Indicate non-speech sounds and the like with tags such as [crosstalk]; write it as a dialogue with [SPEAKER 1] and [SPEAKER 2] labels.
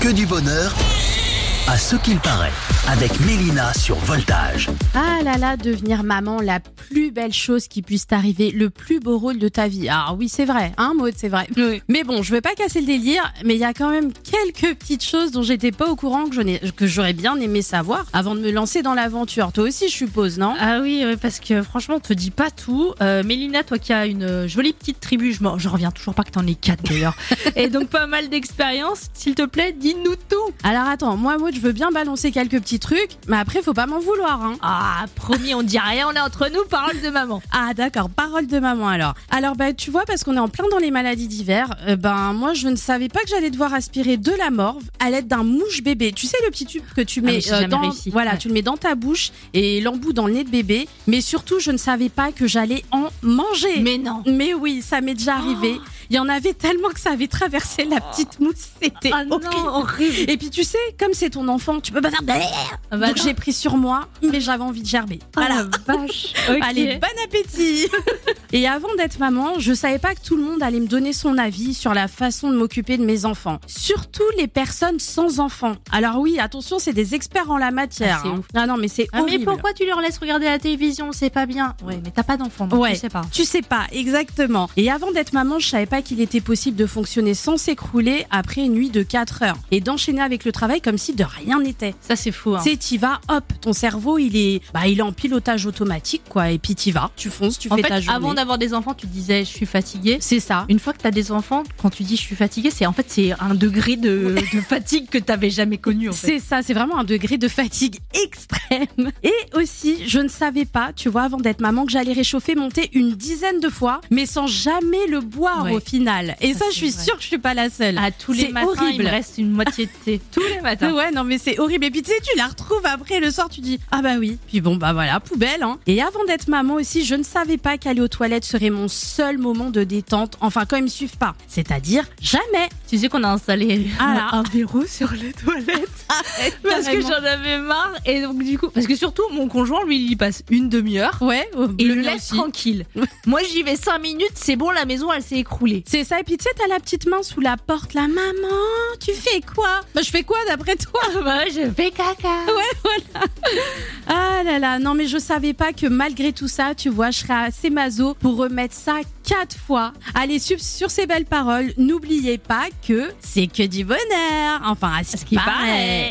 [SPEAKER 1] que du bonheur à ce qu'il paraît avec Mélina sur Voltage.
[SPEAKER 2] Ah là là, devenir maman, la plus belle chose qui puisse t'arriver, le plus beau rôle de ta vie. Ah oui, c'est vrai, hein Maud, c'est vrai.
[SPEAKER 3] Oui.
[SPEAKER 2] Mais bon, je vais pas casser le délire, mais il y a quand même quelques petites choses dont j'étais pas au courant que je n'ai- que j'aurais bien aimé savoir avant de me lancer dans l'aventure. Toi aussi, je suppose, non
[SPEAKER 3] Ah oui, oui, parce que franchement, on te dit pas tout. Euh, Mélina, toi qui as une euh, jolie petite tribu, je, m'en- je reviens toujours pas que t'en aies quatre
[SPEAKER 2] [laughs]
[SPEAKER 3] d'ailleurs, et donc pas mal d'expérience, s'il te plaît, dis-nous tout.
[SPEAKER 2] Alors attends, moi Maud, je veux bien balancer quelques petits trucs, mais après faut pas m'en vouloir, hein.
[SPEAKER 3] Ah, promis, on dit rien, on est entre nous, parole de maman.
[SPEAKER 2] Ah d'accord, parole de maman alors. Alors bah tu vois parce qu'on est en plein dans les maladies d'hiver, euh, ben moi je ne savais pas que j'allais devoir aspirer de la morve à l'aide d'un mouche bébé. Tu sais le petit tube que tu
[SPEAKER 3] Ah, mais
[SPEAKER 2] mets euh,
[SPEAKER 3] j'ai jamais
[SPEAKER 2] dans
[SPEAKER 3] réussi.
[SPEAKER 2] voilà,
[SPEAKER 3] Ouais.
[SPEAKER 2] tu le mets dans ta bouche et l'embout dans le nez de bébé, mais surtout je ne savais pas que j'allais en manger.
[SPEAKER 3] Mais Oh. non.
[SPEAKER 2] Mais oui, ça m'est déjà arrivé. Il y en avait tellement que ça avait traversé la petite mousse, c'était
[SPEAKER 3] Ah non,
[SPEAKER 2] horrible.
[SPEAKER 3] horrible.
[SPEAKER 2] Et puis tu sais, comme c'est ton enfant, tu peux pas faire.
[SPEAKER 3] Ah bah
[SPEAKER 2] Donc
[SPEAKER 3] non.
[SPEAKER 2] j'ai pris sur moi, mais j'avais envie de gerber.
[SPEAKER 3] Ah
[SPEAKER 2] Voilà.
[SPEAKER 3] la [laughs] vache.
[SPEAKER 2] Allez, bon appétit [laughs] Et avant d'être maman, je savais pas que tout le monde allait me donner son avis sur la façon de m'occuper de mes enfants. Surtout les personnes sans enfants. Alors oui, attention, c'est des experts en la matière.
[SPEAKER 3] Ah, c'est
[SPEAKER 2] hein.
[SPEAKER 3] ouf.
[SPEAKER 2] Ah non, mais c'est
[SPEAKER 3] Ah, mais
[SPEAKER 2] horrible.
[SPEAKER 3] pourquoi tu leur laisses regarder la télévision C'est pas bien. Ouais, mais t'as pas d'enfant, donc
[SPEAKER 2] Ouais.
[SPEAKER 3] tu sais pas.
[SPEAKER 2] Tu sais pas, exactement. Et avant d'être maman, je savais pas qu'il était possible de fonctionner sans s'écrouler après une nuit de 4 heures et d'enchaîner avec le travail comme si de rien n'était.
[SPEAKER 3] Ça, c'est fou. hein.
[SPEAKER 2] Tu sais, t'y vas, hop, ton cerveau, il est, bah, il est en pilotage automatique, quoi. Et puis t'y vas, tu fonces, tu
[SPEAKER 3] En
[SPEAKER 2] fais
[SPEAKER 3] fait,
[SPEAKER 2] ta journée.
[SPEAKER 3] avant d'avoir des enfants, tu disais je suis fatiguée.
[SPEAKER 2] c'est ça.
[SPEAKER 3] Une fois que t'as des enfants, quand tu dis je suis fatiguée, c'est en fait c'est un degré de, de fatigue que t'avais jamais connu. En fait.
[SPEAKER 2] C'est ça, c'est vraiment un degré de fatigue [laughs] extrême. Et aussi, je ne savais pas, tu vois, avant d'être maman, que j'allais réchauffer mon thé une dizaine de fois, mais sans jamais le boire
[SPEAKER 3] Ouais.
[SPEAKER 2] au final. Et
[SPEAKER 3] Ça,
[SPEAKER 2] ça, je
[SPEAKER 3] c'est
[SPEAKER 2] suis
[SPEAKER 3] vrai. Ah,
[SPEAKER 2] sûre que je suis pas la seule.
[SPEAKER 3] À tous les
[SPEAKER 2] C'est
[SPEAKER 3] matins, il
[SPEAKER 2] horrible.
[SPEAKER 3] me reste une moitié de thé. [laughs] tous les matins.
[SPEAKER 2] Ouais, non, mais c'est horrible. Et puis, tu sais, tu la retrouves après le soir, tu dis Ah bah oui. Puis bon, bah voilà, poubelle, hein. Et avant d'être maman aussi, je ne savais pas qu'aller aux toilettes serait mon seul moment de détente. Enfin, quand ils me suivent pas. C'est-à-dire jamais.
[SPEAKER 3] Tu sais qu'on a installé
[SPEAKER 2] Ah
[SPEAKER 3] [laughs]
[SPEAKER 2] là.
[SPEAKER 3] un, un verrou sur les toilettes
[SPEAKER 2] [laughs]
[SPEAKER 3] parce que
[SPEAKER 2] carrément.
[SPEAKER 3] j'en avais marre et donc du coup parce que surtout mon conjoint lui il y passe une demi-heure
[SPEAKER 2] Ouais,
[SPEAKER 3] et il le laisse tranquille. Moi j'y vais cinq minutes, c'est bon la maison elle s'est [laughs] écroulée.
[SPEAKER 2] C'est ça, et puis tu sais, t'as la petite main sous la porte, la maman, tu fais quoi Bah, je fais quoi d'après toi
[SPEAKER 3] Bah je fais caca.
[SPEAKER 2] Ah là là, non, mais je savais pas que malgré tout ça, tu vois, je serais assez maso pour remettre ça quatre fois. Allez, sur, sur ces belles paroles, n'oubliez pas que c'est que du bonheur. Enfin, à ce
[SPEAKER 3] Bah, Ce qui paraît.